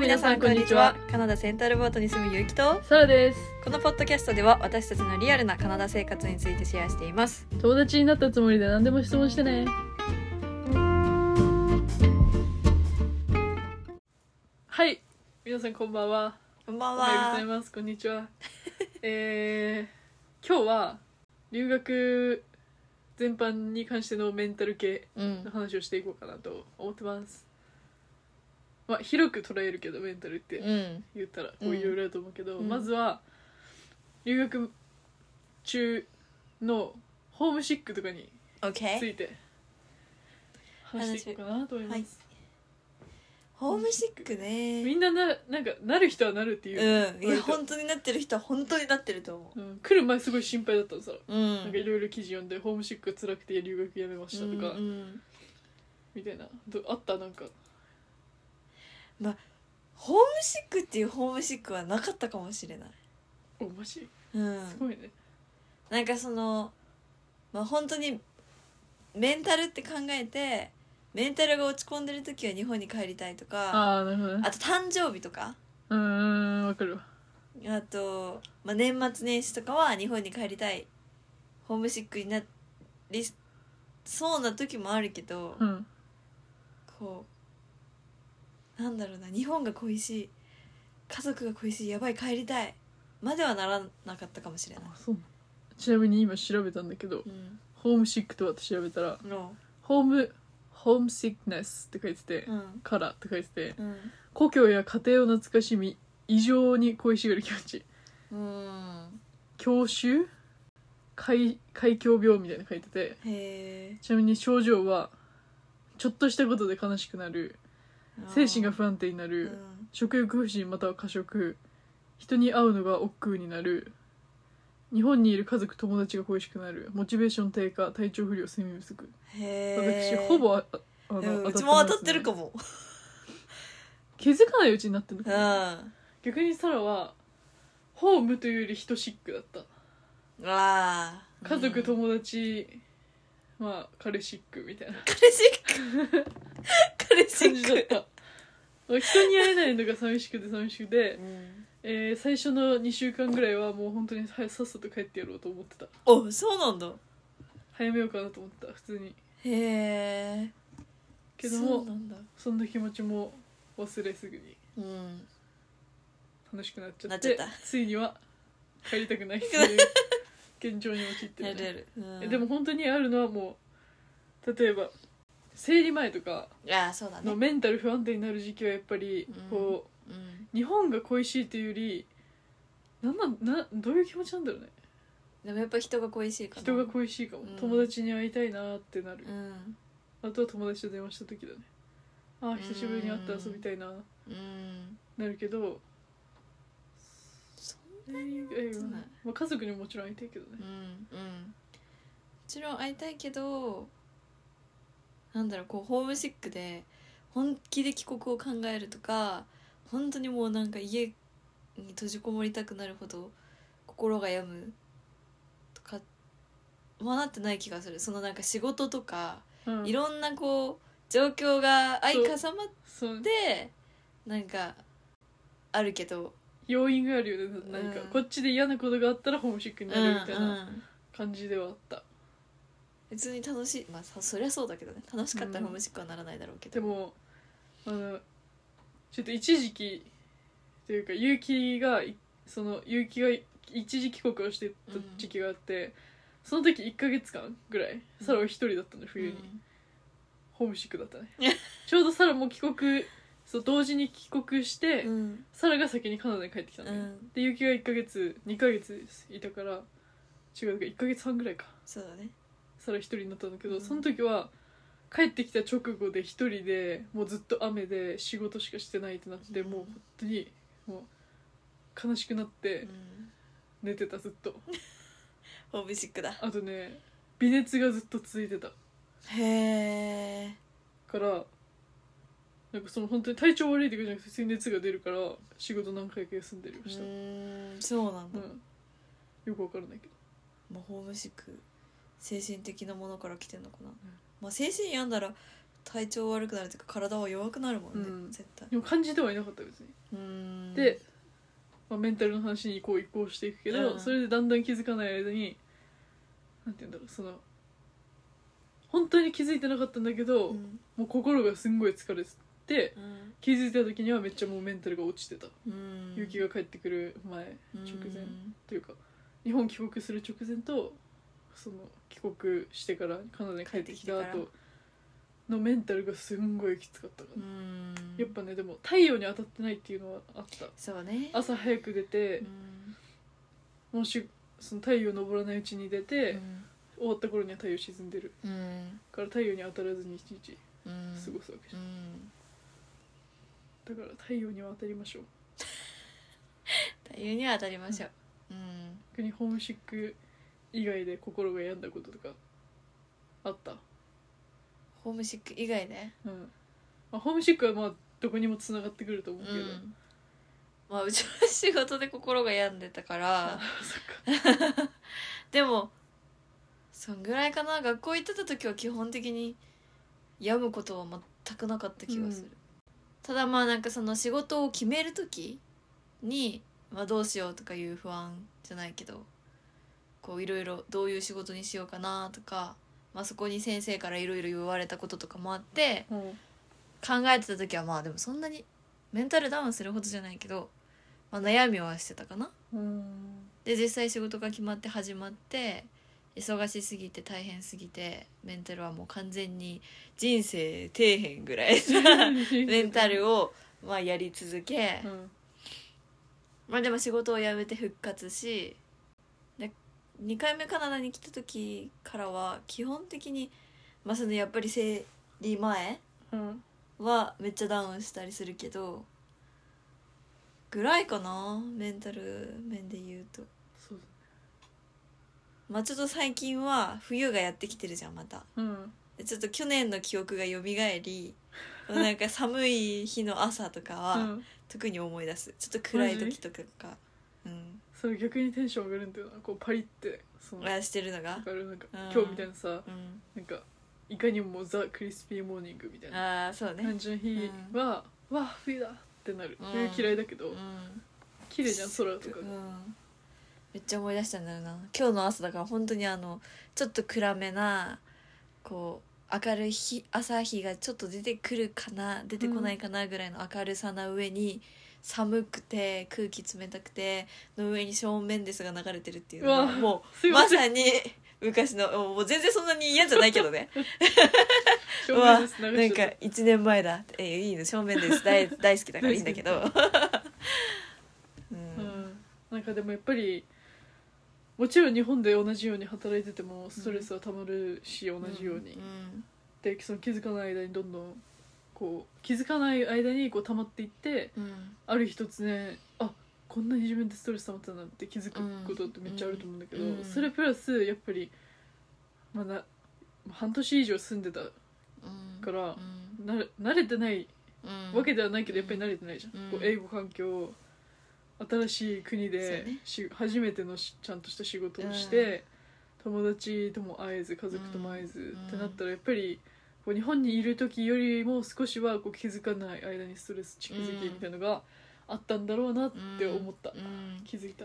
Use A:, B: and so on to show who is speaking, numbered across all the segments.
A: 皆さんこんにちはカナダセンタルボートに住むゆうきと
B: サラです
A: このポッドキャストでは私たちのリアルなカナダ生活についてシェアしています
B: 友達になったつもりで何でも質問してねはい皆さんこんばんは
A: こんばん
B: おはようご
A: は
B: ざいますこんにち はえー、今日は留学全般に関してのメンタル系
A: うん
B: の話をしていこうかなと思ってますまあ広く捉えるけどメンタルって
A: うん
B: 言ったらこ
A: うん
B: ういろいろだと思うけど、
A: うん
B: まずは留学中のホームシックとかにつ
A: OK
B: いて話していこうかなと思います、
A: はいホームシックね
B: みんなななんかなる人はなるっていう、
A: うんいや本当になってる人は本当になってると思
B: うん来る前すごい心配だったのさ、
A: ううん
B: なんかいろいろ記事読んでホームシックが辛くて留学やめましたとか、
A: うんうん
B: みたいなどあったなんか
A: ホームシックっていうホームシックはなかったかもしれない
B: おマジ
A: うん
B: すごいね
A: なんかそのまあ本当にメンタルって考えてメンタルが落ち込んでる時は日本に帰りたいとかあ
B: ああなるほどね
A: と誕生日とか
B: うーんわかるわ
A: あと、まあ、年末年始とかは日本に帰りたいホームシックになりそうな時もあるけど、
B: うん
A: こうなんだろうな日本が恋しい家族が恋しいやばい帰りたいまではならなかったかもしれない。
B: あそうなのちなみに今調べたんだけど
A: うん、
B: ホームシックとはって調べたら
A: の
B: ホーム、ホームシックネスって書いてて
A: う、ん
B: カラーって書いてて、
A: うん
B: 故郷や家庭を懐かしみ、異常に恋しがる気持ち。
A: うん
B: 郷愁海、海峡病みたいなの書いてて、
A: へえ
B: ちなみに症状は、ちょっとしたことで悲しくなる、精神が不安定にな
A: う
B: る、
A: ん
B: 食欲不振または過食、人に会うのが億劫になる、日本にいる家族友達が恋しくなる、モチベーション低下、体調不良、睡眠不足。
A: へ
B: 私
A: え、
B: ほぼあ、ああ
A: う
B: の、
A: んうちも当たって
B: ますね
A: るかも
B: 気づかないうちになってるの
A: う
B: か
A: ん
B: な
A: わ
B: 逆にサラはホームというより人シックだった
A: あ
B: 家族、
A: うん
B: 友達、まあ彼シックみたいな
A: 彼氏
B: 感じ
A: 彼
B: だっ
A: 氏
B: た人に会えないのが寂しくて寂しくて、えー最初の2週間ぐらいはもう本当にささっさと帰ってやろうと思ってた
A: おそうなんだ
B: 早めようかなと思ってた普通に
A: へえ
B: けど
A: そ
B: も
A: うなんだ
B: そんな気持ちも忘れすぐに
A: うん
B: 楽しくなっちゃ
A: なっ
B: っ
A: ちゃ
B: て
A: った
B: ついには帰りたくないって いう現状に陥って
A: や
B: る、
A: る
B: ね
A: や、る、うん、
B: えでも本当にあるのはもう例えば生理前とか
A: いやそうだね
B: のメンタル不安定になる時期はやっぱり
A: うん
B: こ
A: うん
B: う日本が恋しいというよりなんなんなどういう気持ちなんだろうね
A: でもやっぱ人が恋しいかな
B: 人が恋しいかも、
A: うん
B: 友達に会いたいなーってなる
A: う、ん
B: あとは友達と電話した時だねああ久しぶりに会って遊びたいなー
A: うん
B: なるけど
A: そ
B: えー
A: そうね
B: まあ、家族にももちろん会いたいけどね
A: うんうんもちろん会いたいけどなんだろうこうホームシックで本気で帰国を考えるとか本当にもうなんか家に閉じこもりたくなるほど心が病むとかまあなってない気がするそのなんか仕事とか、
B: うん
A: いろんなこう状況が相重まっ
B: そう
A: てなんかあるけど
B: 要因があるよねなんか、
A: うん
B: こっちで嫌なことがあったらホームシックになるみたい
A: うんう
B: なん感じではあった、
A: 別に楽しいまあそそりゃそうだけどね楽しかった
B: うん
A: らホームシックはならないだろうけど、
B: でもあのちょっと一時期というか結城がいその結城がい一時帰国をしてた時期があって、その時1か月間ぐらいサラは一人だったの冬に、ホームシックだ ったねちょうどサラも帰国そう同時に帰国して、
A: うん
B: サラが先にカナダに帰ってきたの
A: う
B: よ、
A: ん
B: で結城が1か月2か月いたから違うか1か月半ぐらいか
A: そうだね
B: サラ一人になったんだけど、
A: うん
B: その時は帰ってきた直後で一人でもうずっと雨で仕事しかしてないってなって、
A: うん
B: もう本当にもう悲しくなって寝てたずっと
A: ホームシックだ
B: あとね微熱がずっと続いてた
A: へえ
B: からなんかその本当に体調悪いとかじゃなくて普通に熱が出るから仕事何回か休んでりました、
A: うんそうなん
B: う
A: だ、
B: んよくわからないけど
A: まあ、ホームシック精神的なものから来てんのかな、
B: ん
A: まあ精神病んだら体調悪くなるというか体は弱くなるもんね、
B: うん
A: 絶対
B: でも感じてはいなかった別に、
A: うん
B: で、まあ、メンタルの話に移行移行していくけど、
A: うん
B: それでだんだん気づかない間になんて言うんだろうその本当に気づいてなかったんだけど、
A: うん
B: もう心がすんごい疲れてて
A: うん
B: 気づいた時にはめっちゃもうメンタルが落ちてた、
A: うん
B: 勇気が帰ってくる前直前
A: うん
B: というか日本帰国する直前とその帰国してからカナダに帰ってきた
A: 帰ってき
B: 後のメンタルがすんごいきつかったか
A: う
B: ら、
A: ん
B: やっぱねでも太陽に当たってないっていうのはあった
A: そうね
B: 朝早く出て
A: う、ん
B: もしその太陽昇らないうちに出て、終わった頃には太陽沈んでる
A: うんうん
B: から太陽に当たらずに一日
A: うん
B: 過ごすわけじ
A: う
B: ゃん、
A: ん
B: だから太陽には当たりましょう
A: 太陽には当たりましょううん
B: 逆にホームシック以外で心が病んだこととかあった
A: ホームシック以外ね
B: うん、まあ、ホームシックはまあどこにもつながってくると
A: う
B: 思うけど、
A: んまあうちは仕事で心が病んでたか
B: あ
A: ら
B: そっか
A: でもそんぐらいかな学校行ってた時は基本的に病むことは全くなかった気がする、
B: うん
A: ただまあなんかその仕事を決める時に、まあ、どうしようとかいう不安じゃないけどこういろいろどういう仕事にしようかなとか、まあ、そこに先生からいろいろ言われたこととかもあって
B: うん
A: 考えてた時はまあでもそんなにメンタルダウンするほどじゃないけど、まあ、悩みはしてたかな
B: うん
A: で実際仕事が決まって始まって忙しすぎて大変すぎてメンタルはもう完全に人生底辺ぐらい なメンタルをまあやり続け、
B: うん
A: まあでも仕事を辞めて復活しで2回目カナダに来た時からは基本的に、まあ、そのやっぱり生理前
B: うん
A: はめっちゃダウンしたりするけどぐらいかなメンタル面で言うと。
B: そうだ
A: まあちょっと最近は冬がやってきてるじゃんまた
B: うん
A: でちょっと去年の記憶が蘇 りこのなんか寒い日の朝とか
B: う
A: は
B: ん
A: 特に思い出すちょっと暗い
B: マジ
A: 時とかか、うん、
B: それ逆にテンション上がるんだよなこうパリってそのわ
A: あしてるのが
B: かるなんか
A: うん
B: 今日みたいなさ
A: うん
B: なんかいかにもザ・クリスピーモーニングみたいな
A: ああそうね
B: 感じの日は、わあ冬だってなる、
A: うん
B: 冬嫌いだけど、
A: うん、
B: 綺麗じゃん空とか
A: う
B: が、
A: ん、めっちゃ思い出したんだよな今日の朝だから本当にあのちょっと暗めなこう明るい日朝日がちょっと出てくるかな出てこないかなぐらいの明るさな上に、寒くて空気冷たくての上に正面ですが流れてるっていう
B: う
A: のが
B: わ
A: も
B: す
A: う
B: いま
A: ま
B: せん
A: さに昔のもう全然そんなに嫌じゃないけ どね
B: 正面です
A: な
B: 流
A: ん
B: し
A: か
B: ちゃっ
A: 1年前だえーいいの正面で す大大好きだからいいんだけど、 う
B: たうんん、なんかでもやっぱりもちろん日本で同じように働いててもストレスはたまるし、同じように、
A: ん
B: でその気づかない間にどんどんこう気づかない間にこう溜まっていって
A: うん
B: ある日突然あこんなに自分でストレス溜まってたなって気づくことってめっちゃあると思うんだけど、
A: うんうん
B: それプラスやっぱりまだ半年以上住んでた
A: うん
B: から
A: うん
B: な慣れてない
A: うん
B: わけではないけどやっぱり慣れてないじゃん、
A: うん
B: こう英語環境新しい国
A: そう
B: で、
A: ね
B: し初めてのしちゃんとした仕事をして、友達とも会えず家族とも会えず、
A: うん
B: ってなったらやっぱりこう日本にいる時よりも少しはこう気づかない間にストレス蓄積みたいなのがあったんだろうなって思った、
A: うんうん
B: 気づいた、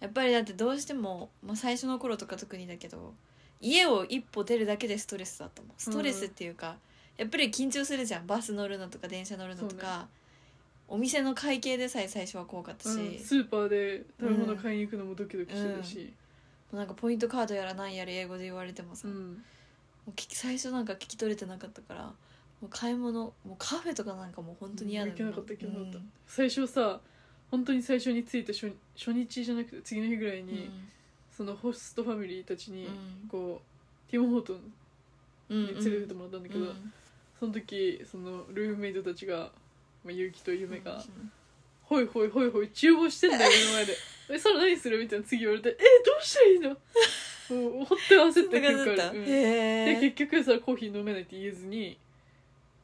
A: やっぱりだってどうしても、まあ、最初の頃とか特にだけど家を一歩出るだけでストレスだったもんストレスっていうか、やっぱり緊張するじゃんバス乗るのとか電車乗るのと
B: そ
A: か、お店の会計でさえ最初は怖かった
B: うん
A: し、
B: スーパーで食べ物買いに行くのもドキドキしてたし、
A: なんかポイントカードやらなんやら英語で言われてもさ、
B: うん
A: もう聞き最初なんか聞き取れてなかったからもう買い物もうカフェとかなんかもう本当に嫌だ
B: 行けなかった行けなかった、
A: うん
B: 最初さ本当に最初に着いた初初日じゃなくて次の日ぐらいに、そのホストファミリーたち
A: う
B: に、
A: ん
B: こうティモ・ホートン
A: うん
B: に連れてってもらったんだけど、
A: うん
B: その時そのルームメイトたちが、まあ、ゆうきとゆめが
A: うん
B: 「ほいほいほいほい厨房してんだよ目の 前でえそれ何する?」みたいな次言われて「えどうしたらいい の?もう」本当に焦ってくるから、うんで
A: へえ
B: 結局さコーヒー飲めないって言えずに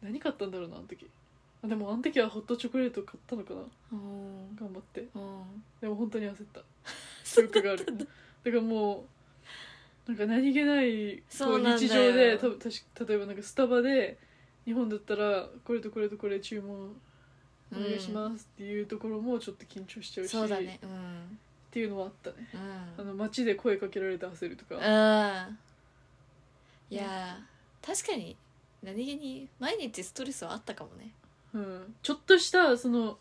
B: 何買ったんだろうなあの時あでもあの時はホットチョコレート買ったのかな
A: うん
B: 頑張って
A: うん
B: でも本当に焦った 記憶があるだからもうなんか何気ないこ
A: そう
B: う
A: なんだ
B: 日
A: よ
B: 常でたたし例えばなんかスタバで日本だったらこれとこれとこれ注文お願いしますっていうところもちょっと緊張しちゃうし、
A: そうだ
B: っ
A: ねうん
B: ていうのはあったね
A: う
B: あ
A: ん
B: の街で声かけられて焦るとか、
A: うんいやー確かに何気に毎日ストレスはあったかもね
B: うん、ちょっとしたその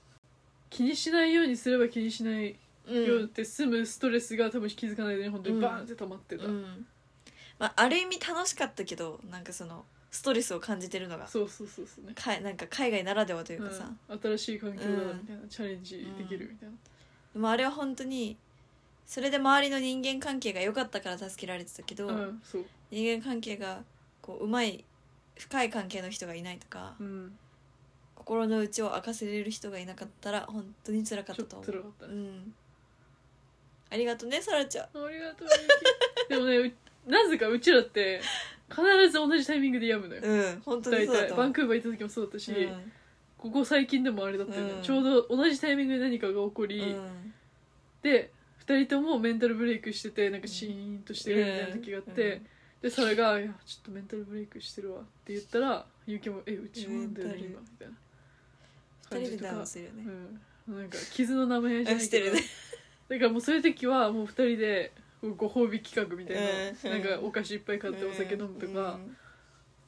B: 気にしないようにすれば気にしないよ
A: う
B: うって済むストレスが多分気づかないで本当にバーンって溜まってた、
A: うんまあ、ある意味楽しかったけどなんかそのストレスを感じてるのが
B: そうそうそうそうね
A: かいなんか海外ならではというかさ、
B: うん、新しい環境だ
A: うん
B: みたいな、チャレンジできるみたいな、
A: でもあれは本当にそれで周りの人間関係が良かったから助けられてたけど、
B: うんそう、
A: 人間関係がこううまい深い関係の人がいないとか、
B: うん、
A: 心の内を明かせれる人がいなかったら本当に辛かっ
B: ちょ
A: た
B: っ
A: と
B: と
A: 思
B: 辛
A: う
B: かった
A: う
B: ね、
A: んありがとうねさらちゃん
B: ありがとうゆ きでもねうなぜかうちらって必ず同じタイミングで病むのよ、
A: うん本当に
B: 大
A: そうだ
B: 体
A: と思
B: バ
A: う
B: ンクーバー行った時もそうだったし、ここ最近でもあれだったよね、
A: うん
B: ちょうど同じタイミングで何かが起こ
A: う
B: り、
A: んうん
B: で2人ともメンタルブレイクしててなんかシーンとしてるみたいな時があって、
A: うんうん
B: でそれが「いやちょっとメンタルブレイクしてるわ」って言ったらゆきも「えうちもなんだよね
A: メンタル
B: 今」みたいな
A: 二
B: 感
A: 人
B: じ
A: で
B: とか
A: ダウンするよね、
B: うん、なんか傷の名前じゃないけど
A: してるね
B: だからもうそういう時はもう2人でご褒美企画みたいな,、
A: うん
B: なんかお菓子いっぱい買ってお酒飲むとか、
A: うん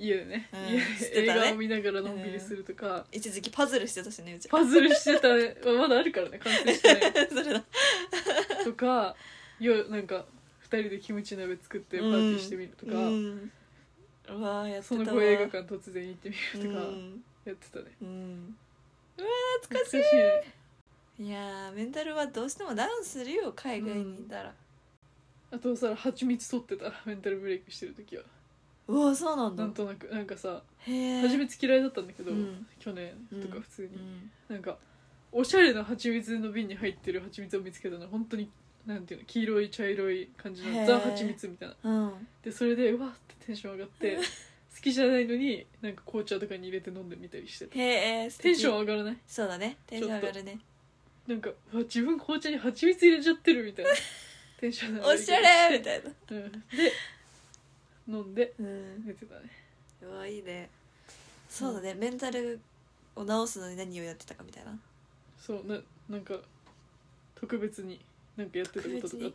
B: 家でね、
A: うん
B: 家で
A: して
B: 映
A: たね
B: 画を見ながらのんびりするとか、
A: 一時期パズルしてたしねうち
B: パズルしてたねまあまだあるからね完成してない
A: それだ
B: とかよなんか2人でキムチ鍋作ってパーティーしてみるとか、
A: うんうわーやってた
B: そ
A: わ
B: の後映画館突然行ってみるとか
A: うん
B: やってたね、
A: うん
B: 懐かしいね
A: いやーメンタルはどうしてもダウンするよ海外にいたら、
B: あとさ蜂蜜取ってたメンタルブレイクしてる時は
A: うわそうなんだ
B: なんとなくなんかさ
A: へえ
B: 蜂蜜嫌いだったんだけど、
A: うん
B: 去年とか普通に、
A: うん
B: なんかおしゃれな蜂蜜の瓶に入ってる蜂蜜を見つけたの本当になんていうの黄色い茶色い感じの
A: へー
B: ザ蜂蜜みたいな
A: うん
B: でそれでうわーってテンション上がって 好きじゃないのになんか紅茶とかに入れて飲んでみたり してた
A: へえ
B: テンション
A: ン
B: 上がらない
A: そうだねテンション上がるね
B: なんかうわ自分紅茶に蜂蜜入れちゃってるみたい なテンション上が
A: お
B: る
A: しゃれみたいな
B: うん、で飲んで
A: うん
B: 寝てたね
A: うわいいねそうだね、メンタルを直すのに何をやってたかみたいな
B: そうななんか特別になんかやってたこととかあっ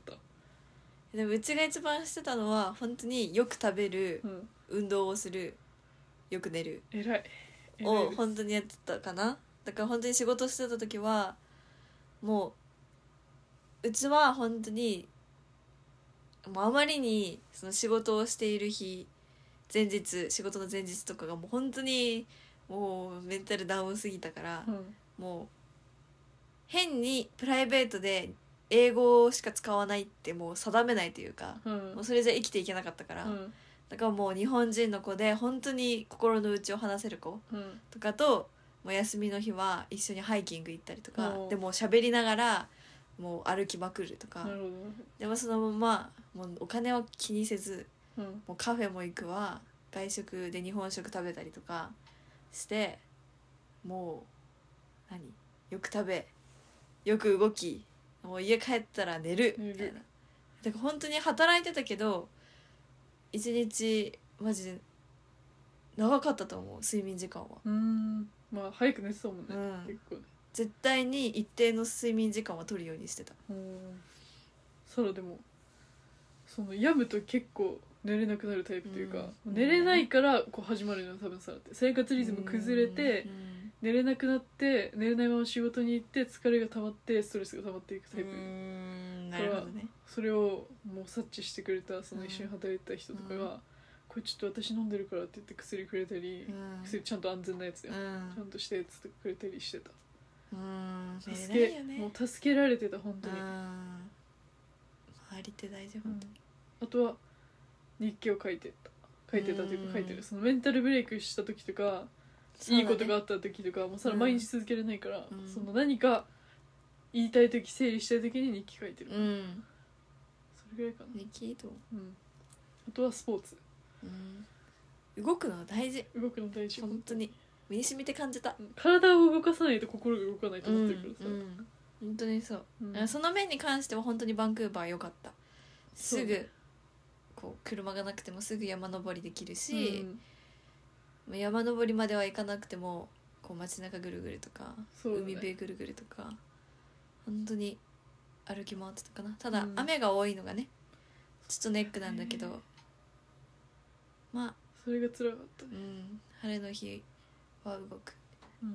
B: た
A: でもうちが一番してたのは本当によく食べる
B: うん
A: 運動をするよく寝る
B: 偉い偉い
A: を
B: です
A: 本当にやってたかなだから本当に仕事してた時はもううちは本当にもうあまりにその仕事をしている日前日仕事の前日とかがもう本当にもうメンタルダウンすぎたから、
B: うん
A: もう変にプライベートで英語しか使わないってもう定めないというか、
B: うん
A: もうそれじゃ生きていけなかったから、
B: うん
A: だからもう日本人の子で本当に心の内を話せる子、
B: うん
A: とかともう休みの日は一緒にハイキング行ったりとか
B: おう
A: でもう喋りながらもう歩きまくるとか
B: なるほど
A: でもそのままもうお金を気にせず
B: なるほどうん
A: もうカフェも行くわ外食で日本食食べたりとかしてもう何よく食べよく動きもう家帰ったら寝る
B: 寝る
A: みたいなだから本当に働いてたけど一日マジで長かったと思う睡眠時間は。
B: うーんまあ早く寝てたもん
A: う
B: ね、
A: ん、
B: 結構ね
A: 絶対に一定の睡眠時間は取るようにしてた
B: うんそらでもその病むと結構寝れなくなるタイプというか、
A: うん
B: 寝れないからこう始まるのよ多分さらって生活リズム崩れて、
A: うん
B: 寝れなくなって寝れないまま仕事に行って疲れが溜まってストレスが溜まっていくタイプ、
A: うんなるほどね
B: それをもう察知してくれたその
A: うん
B: 一緒に働いてた人とかが「
A: う
B: これちょっと私飲んでるから」って言って薬くれたり、
A: うん
B: 薬ちゃんと安全なやつだ
A: う
B: よ、ちゃ
A: ん
B: んとしたやつとかくれたりしてた
A: うん寝れ
B: 助
A: ない
B: け
A: よ
B: も
A: ね
B: う助けられてた本
A: う
B: 当
A: ん
B: に、
A: 周りって大丈
B: う
A: 夫
B: んあとは日記を書いてた書いてたという
A: うん
B: か書いてるそのメンタルブレイクした時とか、
A: そう
B: い
A: だね
B: いことがあった時とかもうそれ
A: うん
B: 毎日続けれないから、
A: うん
B: その何か言いたい時整理したい時に日記書いてる、
A: うん
B: それぐらいかな、
A: できいと思
B: うん、あとはスポーツ
A: ううん動くのは大事
B: 動くの大事
A: 本当に身に染みて感じた
B: うん体を動かさないと心が動かないと
A: う
B: 思っ
A: ん
B: てるからさ、
A: うん本当にそう
B: うん
A: その面に関しては本当にバンクーバー良かった
B: そう
A: すぐこう車がなくてもすぐ山登りできるし、
B: うん
A: まあ山登りまでは行かなくてもこう街中ぐるぐるとか、
B: そうだね
A: 海辺ぐるぐるとか本当に歩き回ってたかなただ、
B: うん
A: 雨が多いのがねちょっとネックなんだけ
B: へえ
A: どまあ
B: それが辛かったね
A: うん晴れの日は動く
B: うん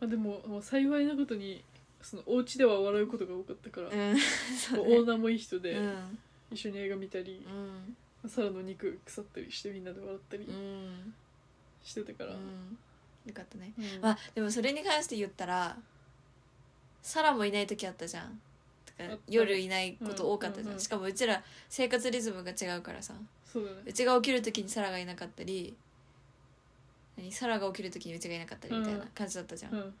B: まあ、でも、まあ、幸いなことにそのお家では笑うことが多かったから、
A: う
B: まあ
A: ん
B: オ
A: そうね
B: ーナーもいい人で、
A: うん
B: 一緒に映画見たり
A: う、ん
B: サラの肉腐ったりしてみんなで笑ったり
A: うん
B: してたから、
A: うんよかったね
B: うん
A: まあでもそれに関して言ったらサラもいない時あったじゃん
B: あ
A: と
B: った
A: か
B: ね
A: 夜いないこと多かったじゃん、
B: うんうんうん
A: しかもうちら生活リズムが違うからさ
B: そうだね
A: うちが起きる時にサラがいなかったり何サラが起きる時にうちがいなかったりみたいな感じだったじゃん、
B: うん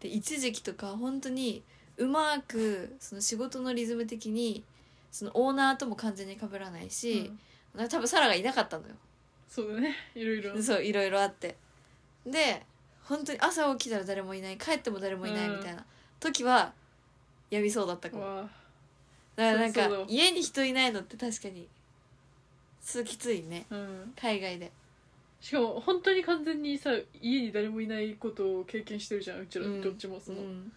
A: で一時期とか本当にうまくその仕事のリズム的にそのオーナーとも完全に被らないうし、
B: ん
A: な多分サラがいなかったのよ
B: そうだねいろいろ
A: そういろいろあってで本当に朝起きたら誰もいない帰っても誰もいない
B: うん
A: みたいな時はやみそうだったかもだか
B: わあ
A: らなんか
B: そうそう
A: 家に人いないのって確かにすきついね
B: うん、
A: 海外で
B: しかも本当に完全にさ家に誰もいないことを経験してるじゃんうちら
A: うん
B: どっちもその、
A: うん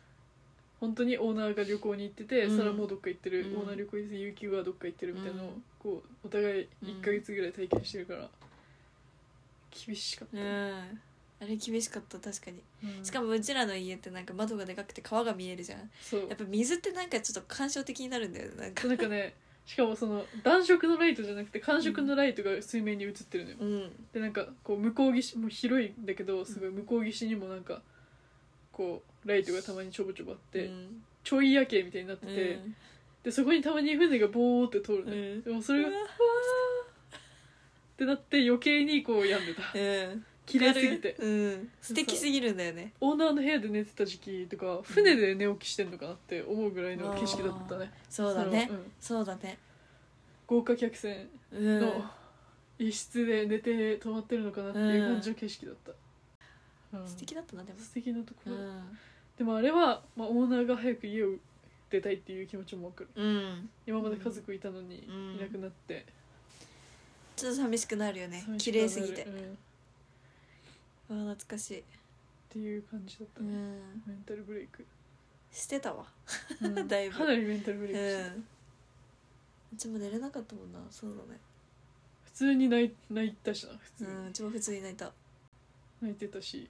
B: 本当にオーナーが旅行に行ってて、
A: うん
B: サラもどっか行ってる、
A: うん
B: オーナー旅行に行って有給はどっか行ってるみたいなのを、
A: うん
B: こうお互い
A: うん
B: 1か月ぐらい体験してるから、厳しかっ
A: う
B: た、
A: んあれ厳しかった確かに
B: うん
A: しかもうちらの家ってなんか窓がでかくて川が見えるじゃん
B: そう
A: やっぱ水ってなんかちょっと感傷的になるんだよねなんか
B: なんかねしかもその暖色のライトじゃなくて寒色のライトが水面に映ってるのよ、
A: うん
B: でなんかこう向こう岸もう広いんだけどすごい向こう岸にもなんかこうライトがたまにちょぼちょぼあって、
A: うん
B: ちょい夜景みたいになって
A: う
B: て、
A: ん
B: でそこにたまに船がボーって通るのよ、
A: うん
B: でもそれが
A: うわ
B: ってなって余計にこう病んでた
A: うん
B: 綺麗すぎて
A: うん素敵すぎるんだよね
B: オーナーの部屋で寝てた時期とか船で寝起きしてんのかなって思うぐらいの景色だったね
A: そうだね
B: そのうん
A: そうだね
B: 豪華客船
A: うん
B: の一室で寝て泊まってるのかなっていう感じの景色だった、うん
A: 素敵だったなでも
B: 素敵なとこ
A: う
B: ろ、
A: ん、
B: でもあれは、まあ、オーナーが早く家を出たいっていう気持ちもわかる
A: うん、
B: 今まで家族いたのに
A: うん
B: いなくなって、
A: ちょっと寂しくなるよね
B: 寂し
A: 綺
B: くな
A: 麗
B: る
A: すぎて
B: う、んっ
A: うわ懐かしい、
B: ていう感じだった
A: う
B: ね、
A: ん、
B: メンタルブレイ ク、
A: してたわ
B: うん
A: だいぶ
B: かなりメンタルブ
A: う
B: レイクしてた、
A: んうちも寝れなかったもんなそうだね
B: 普通に泣い泣いたしな普通
A: う
B: に、
A: んうちも普通に泣いたう
B: 泣いてたし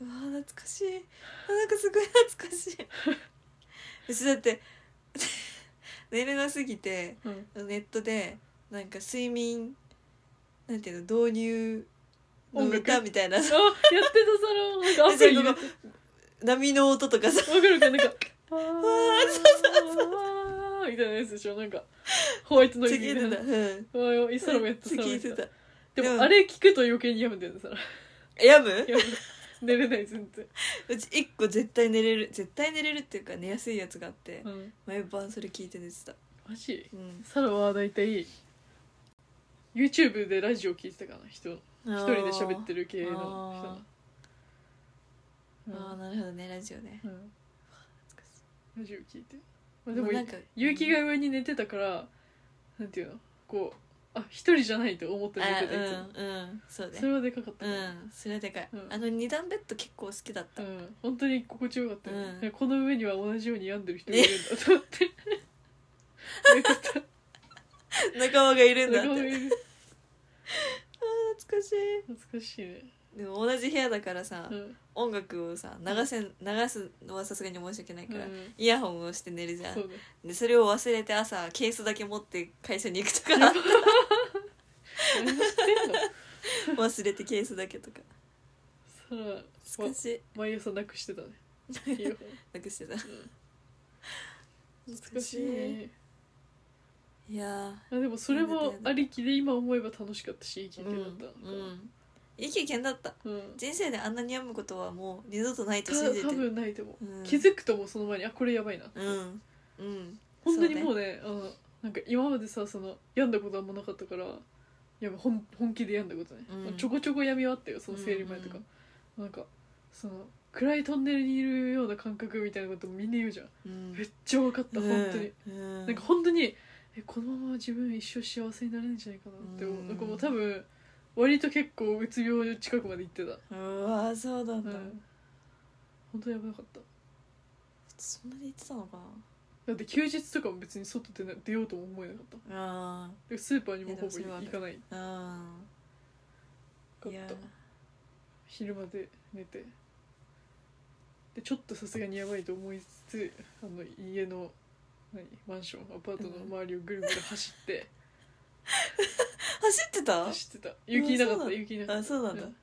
A: わ懐かしいあなんかすごい懐かし いうちだって 寝れなすぎて
B: うん
A: ネットでなんか睡眠なんていうの導入の
B: 音楽
A: 歌みたいな
B: あやってたそのなんかアプリ入れて
A: 波の音とかさ
B: わかるかなんかあーそうそうそうみたいなやつでしょなんかホワイトノイズみ
A: 次
B: た
A: い
B: い
A: て
B: な
A: たうん
B: わーよいサラもやったサラもや
A: 聞
B: っ
A: いて
B: た
A: た
B: で
A: う
B: も
A: ん
B: あれ聞くと余計にやめてるのサラ
A: やむ
B: やめて寝れない全然
A: うち1個絶対寝れる絶対寝れるっていうか寝やすいやつがあって
B: うん
A: 毎晩それ聞いて寝てた
B: マジ
A: うん
B: サラは大体 YouTube でラジオ聞いてたかな人一人で喋って
A: る
B: る系の人がうん
A: あーあーなるほどねラジオね
B: うん
A: 懐かしい
B: ラジオ聞いてまあでも
A: もうなんか
B: 結城が上に寝てたからなんていうのこうあ一人じゃないと思って寝
A: あ
B: てたいつも、
A: うんうんそう
B: そ
A: ね
B: れはでかかった
A: う
B: ね
A: んそれはでかい
B: うん
A: あの二段ベッド結構好きだっ
B: う
A: た
B: ん、本当に心地よかったよ、
A: う
B: この上には同じように病んでる人がいるんだと思って、 よ かった
A: 仲間がいるんだっ
B: 仲
A: てあ
B: 間がい
A: ー
B: る
A: 懐かしい
B: 懐かしいね、
A: でも同じ部屋だからさ
B: うんうん、
A: 音楽をさ流せん流すのはさすがに申し訳ないからイヤホンをして寝るじゃん
B: そうね
A: でそれを忘れて朝ケースだけ持って会社に行くとか
B: 何してんの
A: 忘れてケースだけとか
B: そら
A: 懐かしい
B: 毎朝なくしてたねイヤホン
A: なくしてた懐
B: 懐かしいね
A: いやー
B: あでもそれもありきで今思えば楽しかったし聞いてよかった
A: うん、うん、いい経験だった
B: うん、
A: 人生であんなに病むことはもう二度とないと
B: た
A: 信じて
B: 多
A: る
B: 分ないと思う、
A: うん
B: 気づくともうその前にあこれやばいなって、
A: うんうん
B: 本当にもうねあのなんか今までさその病んだことあんまなかったからいや本本気で病んだことね、
A: うん
B: ちょこちょこ闇はあったよその生理前とか、
A: うん
B: なんかその暗いトンネルにいるような感覚みたいなこともみんな言うじゃん、
A: うん
B: めっちゃ分かった、
A: うん
B: 本当に、
A: うん
B: なんか本当にえこのまま自分一生幸せになれるんじゃないかなって思う、
A: うん
B: なんかもう多分割と結構うつ病近くまで行ってた、
A: うわそうだっ
B: う
A: た、
B: ん、本当やばかった
A: そんなに言ってたのか
B: だって休日とかも別に外出な出ようとも思えなかった
A: なあ
B: でスーパーにもほぼ
A: いやでもそれはあ
B: 行
A: る
B: かない
A: ーあ
B: か
A: ー
B: っ
A: いや
B: た昼まで寝てでちょっとさすがにやばいと思いつつあの家の何マンションアパートの周りをぐるぐる走って、
A: 走ってた
B: 走ってた雪いなかった
A: そうだ
B: 雪いなかった
A: あそうなんだ
B: うん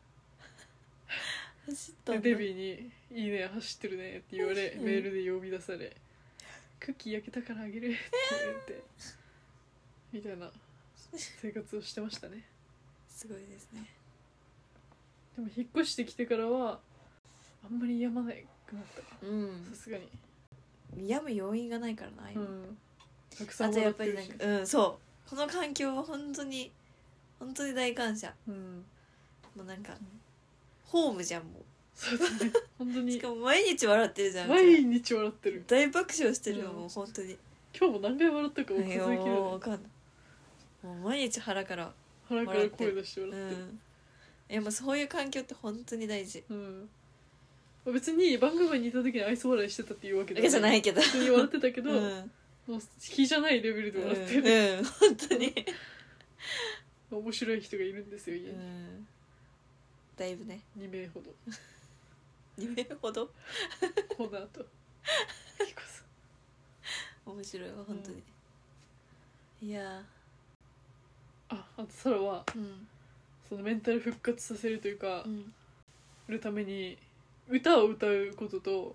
A: 走ったんだ
B: でデビーに「いいね走ってるね」って言われ
A: うん
B: メールで呼び出され「クッキー焼けたからあげる」って言われてみたいな生活をしてましたね
A: すごいですね
B: でも引っ越してきてからはあんまりやまなくなったか
A: うん
B: さすがに
A: 病む要因がないからな
B: う
A: 今、
B: んたくさ
A: あ
B: ん
A: と
B: 笑
A: や
B: っ
A: ってぱり
B: る
A: なん
B: し
A: かうんそうこの環境は本当に本当に大感謝
B: うん
A: もうなんかホームじゃんも
B: そうだね 本当
A: うし
B: に
A: かも毎日笑ってるじゃん
B: 毎日笑ってる
A: 大爆笑してるの
B: う
A: も
B: ん
A: う本当に、
B: 今日も何回笑ったか
A: う
B: も
A: ん、
B: 数えきれない
A: わかんないもう毎日腹から
B: 腹から声出して
A: う
B: 笑ってる
A: んえもうそういう環境って本当に大事
B: うん別に番組にいた時に愛想笑いしてたっていうわけ
A: わけじゃないいけど
B: 普通に笑ってたけど、
A: うん
B: もう日じゃないレベルで笑ってる、
A: うん、うん、本当に、
B: 面白い人がいるんですよ
A: う
B: 家に、
A: ん、だいぶね
B: 2名ほど
A: 2名ほど
B: コーナー とひこさん
A: 面白いわ本当に、いや
B: ああとサラは
A: ーうん
B: そのメンタル復活させるというか、
A: うん
B: 売るために歌を歌うことと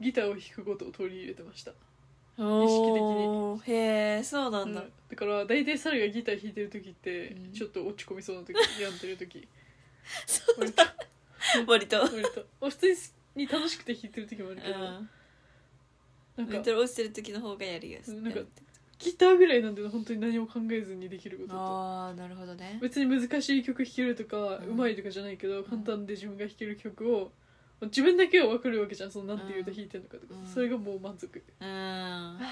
B: ギターを弾くことを取り入れてました、
A: おーへえそうなんだ、
B: うんだから大体サラがギター弾いてる時って、
A: うん
B: ちょっと落ち込みそうな時病んでる時
A: そう
B: 割と
A: 割と
B: 割とまあ普通に楽しくて弾いてる時もあるけど、
A: う
B: なん
A: んメン
B: か
A: タル落ちてる時の方がやりやすい
B: なんかギターぐらいなんて本当に何も考えずにできることと
A: ああなるほどね
B: 別に難しい曲弾けるとか
A: うん
B: うま、いとかじゃないけど簡単で自分が弾ける曲をまあ自分だけは分かるわけじゃんそのなんていう歌弾いてるのかとか、
A: うん
B: それがもう満足
A: うんっ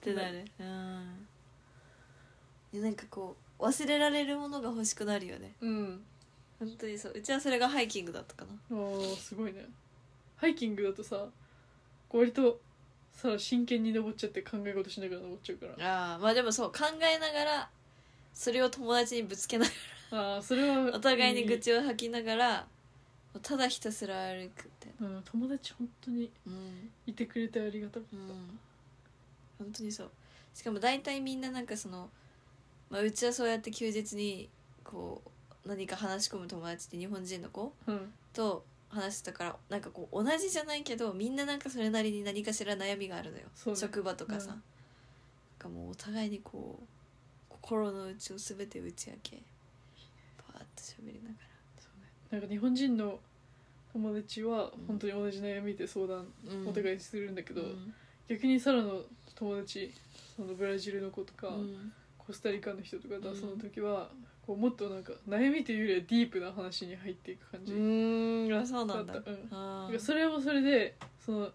A: てなるうんいやなんかこう忘れられるものが欲しくなるよね
B: うん
A: 本当にそううちはそれがハイキングだったかな
B: あーすごいねハイキングだとさこう割とさ真剣に登っちゃって考え事しながら登っちゃうから
A: ああまあでもそう考えながらそれを友達にぶつけない
B: ああそれは
A: お互いに愚痴を吐きながらただひたすら歩くみたいな
B: うん、友達本当に
A: うん
B: いてくれてありがたかっ
A: う
B: た、
A: ん本当にそうしかも大体みんななんかその、まあ、うちはそうやって休日にこう何か話し込む友達って日本人の子
B: うん
A: と話してたからなんかこう同じじゃないけどみんななんかそれなりに何かしら悩みがあるのよ、
B: そうね
A: 職場とか
B: う
A: さ、
B: ん
A: なんかもうお互いにこう心の内を全て打ち明けパーッと喋りなが
B: そうねなんか日本人の友達は本当に同じ悩みで相談
A: ら、うん、
B: お
A: い
B: 互いにするんだけ
A: け
B: ど、逆にサラの友達そのブラジルの子とか、
A: うん
B: コスタリカの人とかと
A: うん
B: その時は、こうもっとなんか悩みというよりはディープな話に入っていく感
A: う
B: じ
A: ーんあそうなんだ
B: だった、うん
A: あ
B: なん
A: ー
B: かそれもそれでその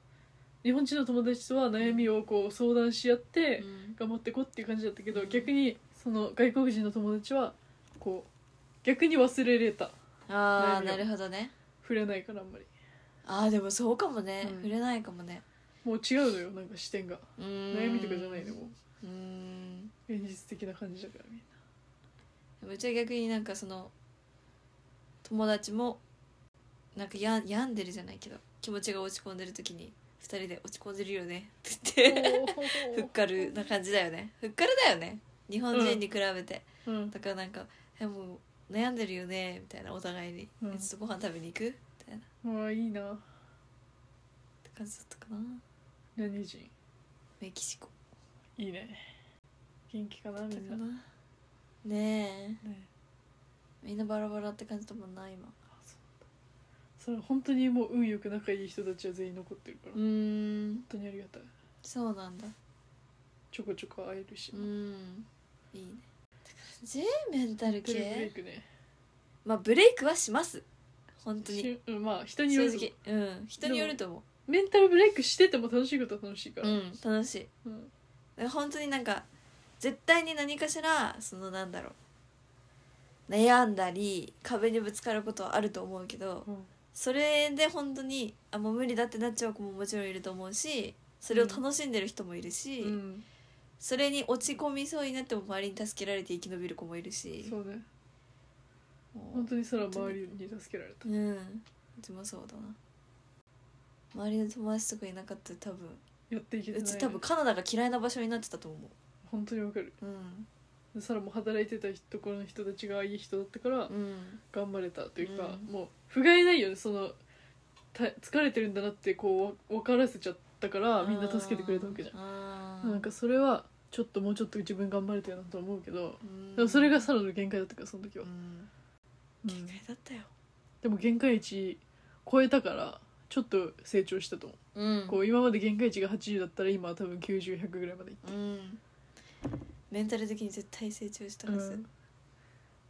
B: 日本人の友達とは悩みをこう相談し合って
A: うん
B: 頑張っていこうっていう感じだったけど、
A: うん
B: 逆にその外国人の友達はこう逆に忘れれた
A: あ
B: 悩
A: あ
B: みを
A: なるほどね
B: 触れないからあんまり
A: ああでもそうかもね、
B: うん
A: 触れないかもね
B: もう違うのよなんか視点が
A: 悩
B: 悩みとかじゃないのも
A: うーん
B: う現実的な感じだからみんな
A: でもうちは逆になんかその友達もなんかや病んでるじゃないけど気持ちが落ち込んでる時に2人で「落ち込んでるよね」って言ってふっかるな感じだよねふっかるだよね日本人に比べて、
B: うん
A: だからなんか「えもう悩んでるよね」みたいなお互いに「
B: うん
A: えちょっとご飯食べに行く?」みたいな
B: まあいいな
A: って感じだったかな
B: 何人
A: メキシコ
B: いいね元気かなみ
A: だ
B: ん
A: か
B: な、ね、
A: なねえ
B: あ
A: みんなバラバラって感じだもんな今
B: そうだそれ本当にもう運よく仲いい人たちは全員残ってるから、
A: う
B: 本
A: ーん
B: 当にありがたい
A: そうなんだ
B: ちょこちょこ会えるし、
A: うーんいいねだから J メンタル
B: テレビブレイク
A: 系
B: ね
A: まあブレイクはします本当に
B: しうん、まあ人によ
A: 正
B: る
A: 直うん人によると思
B: メンタルブレイクしてても楽しいことは楽しいか
A: うう
B: ら、
A: ん楽しいだ
B: うん
A: から本当になんか絶対に何かしらそのなんだろう悩んだり壁にぶつかることはあると思うけど
B: うん
A: それで本当にあもう無理だってなっちゃう子ももちろんいると思うしそれを楽しんでる人もいるし、
B: うん、
A: それに落ち込みそうになっても周りに助けられて生き延びる子もいるし
B: そうね
A: もう
B: 本当にそれは周りに助けられた
A: うんうちもそうだな周りの友達とかいなかったら多分
B: やっていけて
A: う
B: ない、
A: ち多分カナダが嫌いな場所になってたと思
B: 本当にわかる
A: ううん
B: でサラも働いてたところの人たちがいい人だったから
A: うん
B: 頑張れたというか、
A: うん
B: もう不甲斐ないよねそのた疲れてるんだなってこうわ分からせちゃったからみんな助けてくれたわけじゃん
A: ゃ
B: なんかそれはちょっともうちょっと自分頑張れたよなと思うけど、
A: うん
B: でもそれがサラの限界だったからその時
A: う
B: は、
A: ん
B: うん
A: 限界だったよ
B: でも限界値超えたからちょっと成長したと思
A: うん
B: う,、こう今まで限界値が80だったら今は多分90100ぐらいまでいっ
A: うんメンタル的に絶対成長した
B: た
A: は
B: は
A: ず、
B: ず、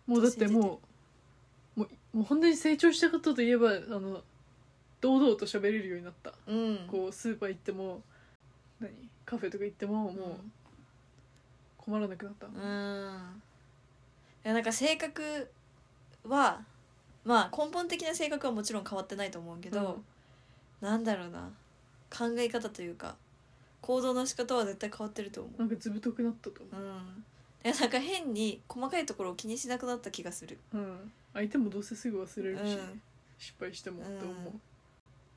B: もうだってもうもうもう本当に成長したことといえばあの堂々と喋れるようになった、
A: うん
B: こうスーパー行っても何カフェとか行ってももう困らなくなった、
A: うん、うんいやなんか性格はまあ根本的な性格はもちろん変わってないと思うけど、なんだろうな考え方というか行動の仕方は絶対変わってると思
B: なんかずぶとくなったと思
A: ううんいやなんか変に細かいところを気にしなくなった気がする、
B: う、うん、相手もどうせすぐ忘
A: う
B: れるし、
A: ん
B: 失敗しても
A: うん
B: と思う、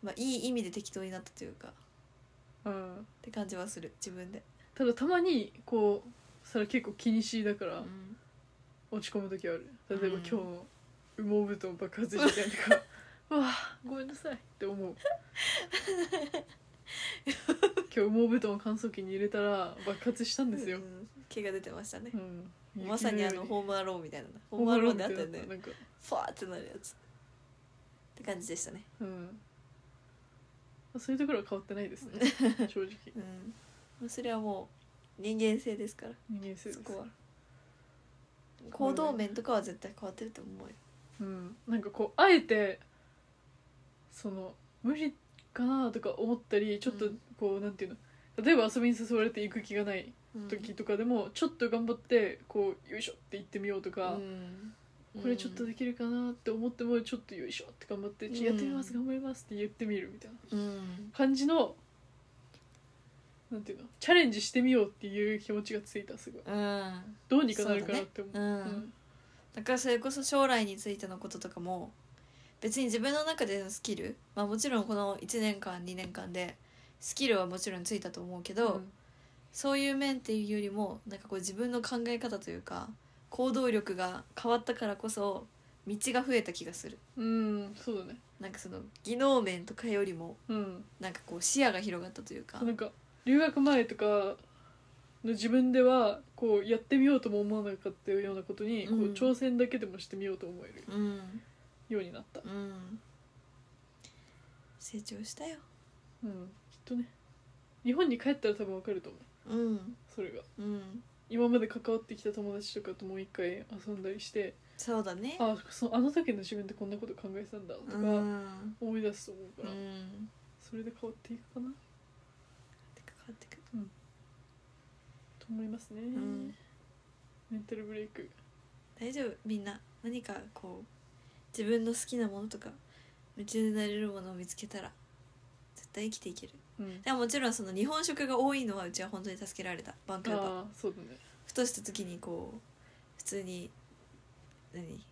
A: まあ、いい意味で適当になったというかっ
B: うん、
A: て感じはする自分で、
B: ただたまにこうそれ結構気にしいだか
A: う
B: ら
A: ん
B: 落ち込む時ある例えば
A: うん
B: 今日の羽毛布団爆発したり とかうわあごめんなさいって思う今日羽毛布団を乾燥機に入れたら爆発したんですよ
A: う、ん毛が出てましたね
B: うん
A: まさにあの
B: 雪の
A: ホームアローンみたいなホー
B: 上に
A: ムアローンであったよ
B: ホームアローンみたい
A: ね
B: ななんか、
A: ファーってなるやつって感じでしたね
B: うん、そういうところは変わってないですね 正直
A: うんまあそれはもう人間性ですから
B: 人間性です
A: そこは行動面とかは絶対変わってると思うよ
B: うん、なんかこうあえてその無理かなとか思ったりちょっと
A: うん
B: こう、なんていうの例えば遊びに誘われて行く気がない
A: うん
B: 時とかでも、ちょっと頑張ってこうよいしょって行ってみようとか
A: う、ん
B: これちょっと
A: うん
B: できるかなって思ってもちょっとよいしょって頑張って、
A: うん
B: やってみます頑張りますって言ってみるみたいな
A: うん
B: 感じのなんていうのチャレンジしてみようっていう気持ちがついたすごい
A: うん
B: どうにかなるかなって思う
A: う
B: うん
A: だからそれこそ将来についてのこととかも別に自分の中でのスキル、まあ、もちろんこの1年間2年間でスキルはもちろんついたと思うけど、
B: うん
A: そういう面っていうよりもなんかこう自分の考え方というか行動力が変わったからこそ道が増えた気がする
B: うん、そうだね
A: なんかその技能面とかよりも
B: うん
A: なんかこう視野が広がったというか
B: なんか留学前とかの自分ではこうやってみようとも思わなかったようなことに、
A: うん
B: こう挑戦だけでもしてみようと思える
A: うん
B: ようになった、
A: うん成長したよ
B: うん、きっとね日本に帰ったら多分わかると思う
A: うん
B: それが
A: うん
B: 今まで関わってきた友達とかともう一回遊んだりして
A: そうだね
B: あそあの時の自分ってこんなこと考えてたんだと
A: う
B: か
A: ん
B: 思い出すと思う
A: う
B: から、
A: ん
B: それで変わっていくかな
A: てか変わってくる
B: と思いますね、
A: ん
B: メンタルブレイク
A: 大丈夫みんな何かこう自分の好きなものとか夢中になれるものを見つけたら絶対生きていける
B: うん
A: でももちろんその日本食が多いのはうちは本当に助けられたバンクーバー
B: ああそうだね
A: ふとした時にこう普通に何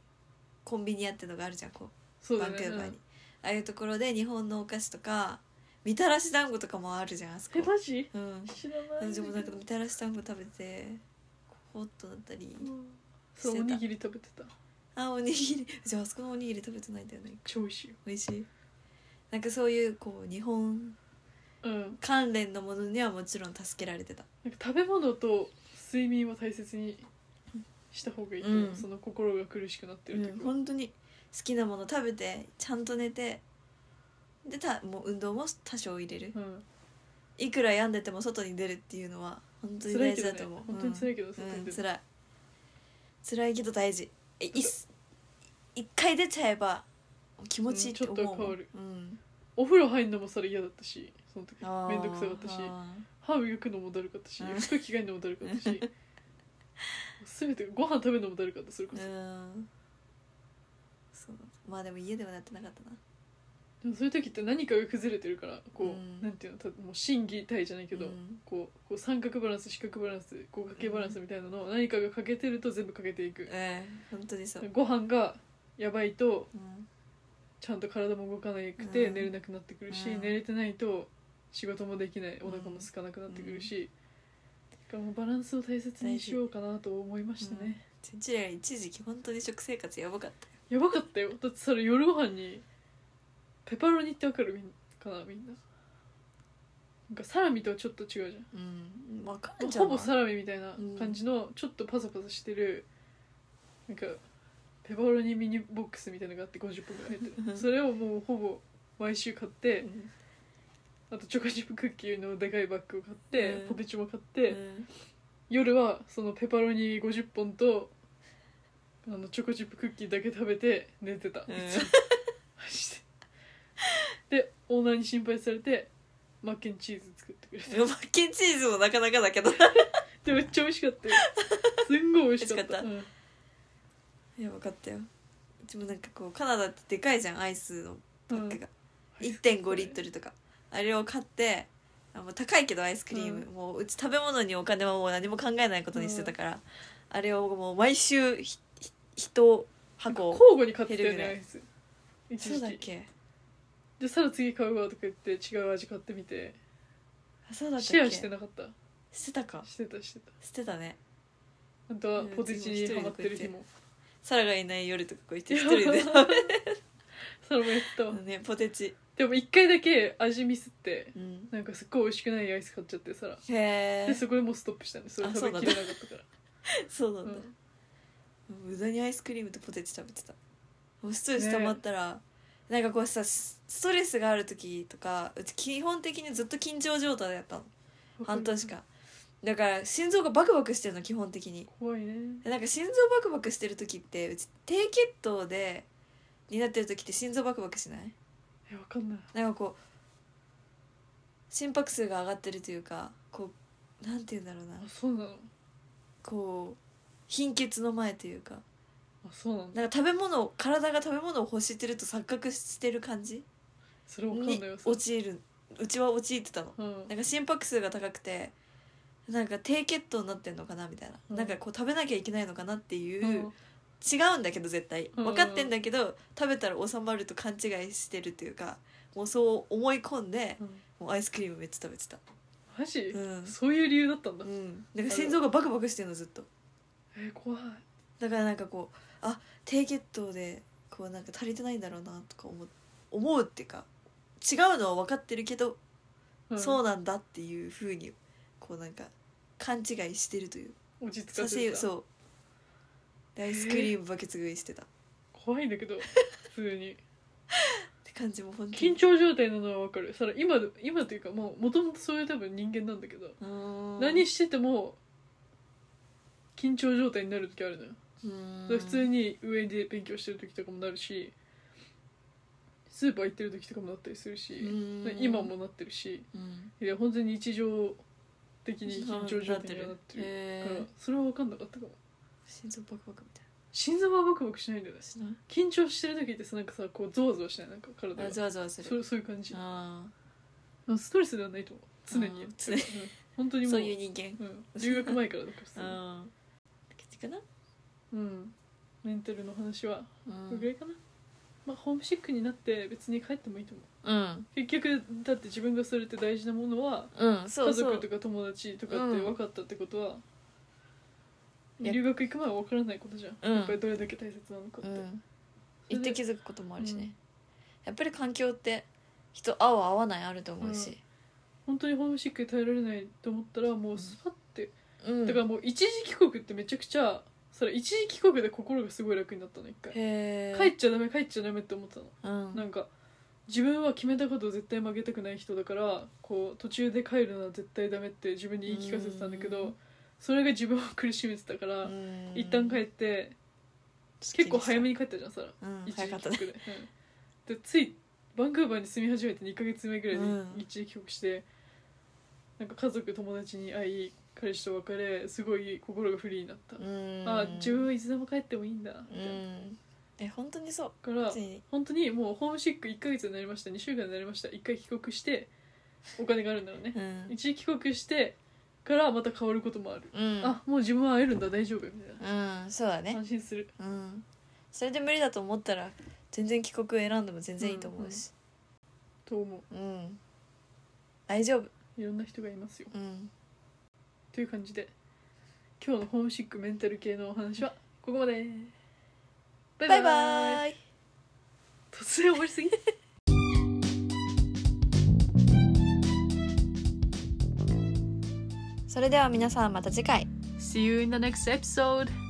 A: コンビニ屋ってのがあるじゃんこ
B: そうう
A: バ
B: だ
A: ン
B: ね
A: クーバーに、ああいうところで日本のお菓子とかみたらし団子とかもあるじゃんあそ
B: うんえ
A: こ
B: マジ
A: うん
B: 知らない
A: 私もなんかみたらし団子食べてホッとなったり
B: そ
A: して
B: う
A: た
B: おにぎり食べてた
A: あおにぎりうちあそこのおにぎり食べてないんだよね
B: 超美味しいよ
A: 美味しいなんかそういうこう日本
B: うん
A: 関連のものにはもちろん助けられてた
B: なんか食べ物と睡眠は大切にした方がいいと思う、
A: うん
B: その心が苦しくなってる
A: うん、
B: 時は、
A: 本当に好きなもの食べてちゃんと寝てでたもう運動も多少入れる
B: うん
A: いくら病んでても外に出るっていうのは本当に
B: 辛い
A: 大
B: け
A: 事
B: ど
A: だ
B: ね
A: と思う、
B: 本当に辛いけど、外
A: うん
B: に
A: う
B: 出
A: ん
B: る
A: 辛い辛いけど大事えいっす一回出ちゃえば気持ちいいって思うも
B: う
A: ん、
B: んちょっと変わる
A: うん
B: お風呂入るのもそれ嫌だったしその時
A: あー
B: 面倒くさかったし
A: あ
B: 歯磨くのもだるかったし
A: う ん
B: 服着替えるのもだるかったし全てご飯食べるのもだるかったそれこ
A: ー
B: そ、
A: うんそうまあでも家ではやってなかったな
B: でもそういう時って何かが崩れてるからこう、
A: うん
B: なんていうのたもう心技体じゃないけど、
A: うん
B: こうこう三角バランス四角バランス五角形バランスみたいなのを何かが欠けてると全部欠けていく、
A: ええ本当にそう、
B: ご飯がやばいと
A: うん、
B: ちゃんと体も動かなくて
A: うん
B: 寝れなくなってくるし、
A: うん
B: 寝れてないと仕事もできないお腹も空かなくなってくるし、だからもうバランスを大切にしようかなと思いましたね、
A: チンチラ一時期本当に食生活やばかった
B: や
A: よ
B: ばかったよだってそれ夜ご飯にペパロニってわかるみんかなみんななんかサラミとはちょっと違うじゃん
A: うんわかんじゃ
B: ほ
A: ん
B: ぼサラミみたいな感じのちょっとパサパサしてるなんかペパロニミニボックスみたいなのがあって50分ぐらい入ってるそれをもうほぼ毎週買って
A: うん
B: あとチョコチップクッキーのでかいバッグを買って、
A: うん
B: ポテチも買っ
A: う
B: て、
A: ん
B: 夜はそのペパロニ50本とあのチョコチップクッキーだけ食べて寝てた、
A: うん
B: いつもマジででオーナーに心配されてマッケンチーズ作ってくれた
A: マッケンチーズもなかなかだけど
B: でめっちゃ美味しかったよすんごい美味しかった
A: 美やばかったようちもなんかこうカナダってでかいじゃんアイスのパックが、
B: うん
A: 1.5リットルとかあれを買ってあもう高いけどアイスクリーム、
B: う
A: もううち食べ物にお金はもう何も考えないことにしてたから、あれをもう毎週ひひ一箱
B: 交互に買ってたよ
A: 減る
B: ね
A: ぐら
B: ア
A: い
B: イス一
A: そうだっ
B: 時期
A: け
B: でさら次買うわとか言って違う味買ってみて
A: あそうだったっ
B: シ
A: け
B: ェアしてなかった
A: してたか
B: してたしてた
A: 捨てたね
B: あとはポテチにハマってる日も
A: サラがいない夜とかこう一人
B: やば
A: で
B: い それもやったわ、
A: ねポテチ、
B: でも一回だけ味ミスって
A: うん、
B: なんかすっごい美味しくないアイス買っちゃってさら
A: へえ
B: でそこでもうストップしたねそれ
A: あ
B: 食べきれなかったから
A: そうなんだ、
B: うん
A: う無駄にアイスクリームとポテチ食べてたもうストレス溜まったら、なんかこうさスストレスがある時とかうち基本的にずっと緊張状態だったの半年間だから心臓がバクバクしてるの基本的に
B: 怖いね
A: でなんか心臓バクバクしてる時ってうち低血糖でになってる時って心臓バクバクしない
B: えわかんない
A: なんかこう心拍数が上がってるというかこうなんて言うんだろうな
B: あそうなの
A: こう貧血の前というか
B: あそうなんだ
A: なんか食べ物を体が食べ物を欲してると錯覚してる感じ
B: それわかんない
A: に
B: よそれ
A: 陥るうちは陥ってたの
B: うん
A: なんか心拍数が高くてなんか低血糖になってんのかなみたいな、
B: うん
A: なんかこう食べなきゃいけないのかなっていう、
B: うん
A: 違うんだけど絶対
B: うん
A: 分かってんだけど食べたら収まると勘違いしてるというかもうそう思い込んで
B: うん
A: もうアイスクリームめっちゃ食べてた
B: マジ
A: うん
B: そういう理由だったんだ
A: うんなんか心臓がバクバクしてるのずっと
B: え怖い
A: だからなんかこうあ低血糖でこうなんか足りてないんだろうなとか思う思うっていうか違うのは分かってるけど、
B: うん
A: そうなんだっていうふうにこうなんか勘違いしてるという
B: 落ち着
A: さ
B: か
A: せ
B: せ
A: よ
B: た
A: そうでアイスクリームバケツ食いしてたっ
B: 怖いんだ けど普通 に
A: て感じも本当
B: 緊
A: に
B: 張状態なのはわかるさら今で今というかもうもともとそういう多分人間なんだけど何
A: 何
B: してても緊張状態になる時あるのよ
A: 普
B: 普通に上で勉強してる時とかもなるしスーパー行ってる時とかもなったりするし今もなってるし
A: うん
B: いや本当に日常的に緊張状態にはなってる
A: へ
B: から
A: ー
B: それは分かんなかったかも
A: 心臓バクバクみたい
B: 心臓はバクバクしないんだよね
A: なしな
B: 緊張してる時ってさなんかさこうゾワゾワしないなんか体
A: いあ
B: が
A: ざわざわす
B: そ
A: る
B: れそういう感じ
A: あ
B: うんストレスではないと思う常に
A: うん常に
B: うん本当に
A: ー
B: もう
A: そういう人間
B: うん、留学前からだから
A: う
B: さ
A: んって感じかな
B: うんメンタルの話は
A: う
B: これぐらいかな、まあホームシックになって別に帰ってもいいと思う
A: うん
B: 結局だって自分がそれって大事なものは
A: うん、そ
B: 家
A: うそう
B: 族とか友達とかって分かったってことは、
A: いや
B: 留学行く前は分からないことじゃん、
A: うん
B: やっぱりどれだけ大切なのかって、
A: うん、
B: それ
A: 行っ
B: で
A: て気づくこともあるしね、
B: うん
A: やっぱり環境って人合う合わないあると思うし、
B: 本当にホームシックに耐えられないと思ったらもうスパって、
A: うん
B: だからもう一時帰国ってめちゃくちゃそれ一時帰国で心がすごい楽になったの一回
A: へえ
B: 帰っちゃダメ帰っちゃダメって思ってたの
A: うん
B: なんか自分は決めたことを絶対曲げたくない人だからこう途中で帰るのは絶対ダメって自分に言い聞かせてたんだけ
A: う
B: ど
A: ん
B: それが自分を苦しめてたから、
A: うん
B: 一旦帰って結構早めに帰ったじゃんさら
A: うん
B: 一
A: 早
B: 時
A: か
B: 帰
A: ったね
B: 国で、うんでついバンクーバーに住み始めて2ヶ月目ぐらいで
A: うん
B: 一時帰国して、なんか家族友達に会い彼氏と別れすごい心がフリーになった、
A: うん
B: あ自分はいつでも帰ってもいいんだみ
A: う
B: たいな、
A: んえ本当にそう
B: から
A: ついに
B: 本当にもうホームシック1ヶ月になりました2週間になりました1回帰国してお金があるんだろうね
A: うん、
B: 一時帰国してからまた変わることもある、
A: うん、
B: あもう自分は会えるんだ大丈夫みたい
A: うんそうだ
B: な、
A: ね
B: 安心する
A: うんそれで無理だと思ったら全然帰国選んでも全然いいと思うし
B: と思
A: うん、大丈夫
B: ういろんな人がいますよ
A: うん
B: という感じで今日のホームシックメンタル系のお話はここまでバイ
A: バ
B: バ
A: イ
B: イ
A: バーイ
B: 突然終わりすぎ
A: それでは皆さんまた次回
B: See you in the next episode